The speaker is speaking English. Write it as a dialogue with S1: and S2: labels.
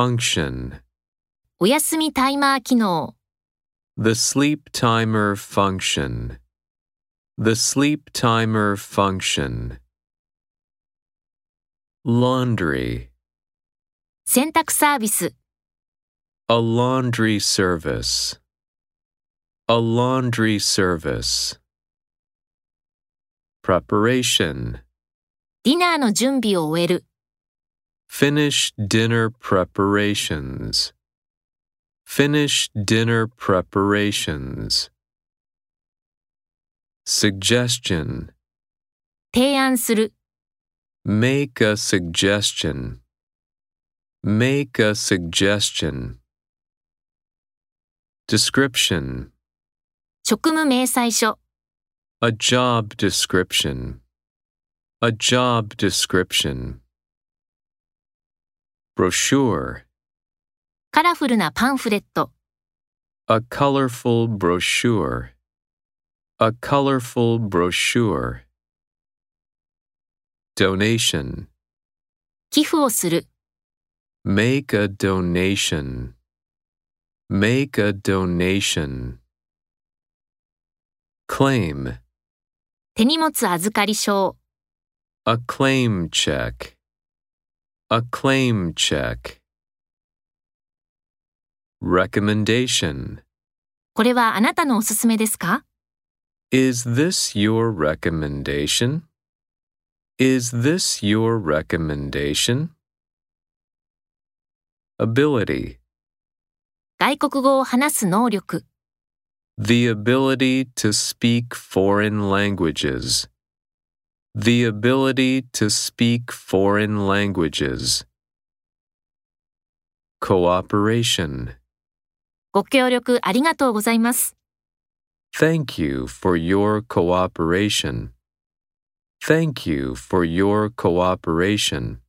S1: function.
S2: おやすみタイマー機能。
S1: The sleep timer function. The sleep timer function. Laundry.
S2: 洗濯サービス。
S1: A laundry service. A laundry service. Preparation.
S2: ディナーの準備を終える。
S1: Finish dinner preparations. Finish dinner preparations. Suggestion.
S2: 提案する。
S1: Make a suggestion. Make a suggestion. Description.
S2: 職務明細書。
S1: A job description. A job description. Brochure.
S2: カラフルなパンフレット。
S1: A colorful brochure. A colorful brochure. Donation.
S2: 寄付をする。
S1: Make a donation. Make a donation. Claim.
S2: 手荷物預かり証。
S1: A claim check. A claim check. Recommendation.
S2: これはあなたのおすすめですか
S1: Is this your recommendation? Is this your recommendation? Ability.
S2: 外国語を話す能力。
S1: The ability to speak foreign languages. The ability to speak foreign languages. Cooperation.
S2: ご協力ありがとうございます。
S1: Thank you for your cooperation. Thank you for your cooperation.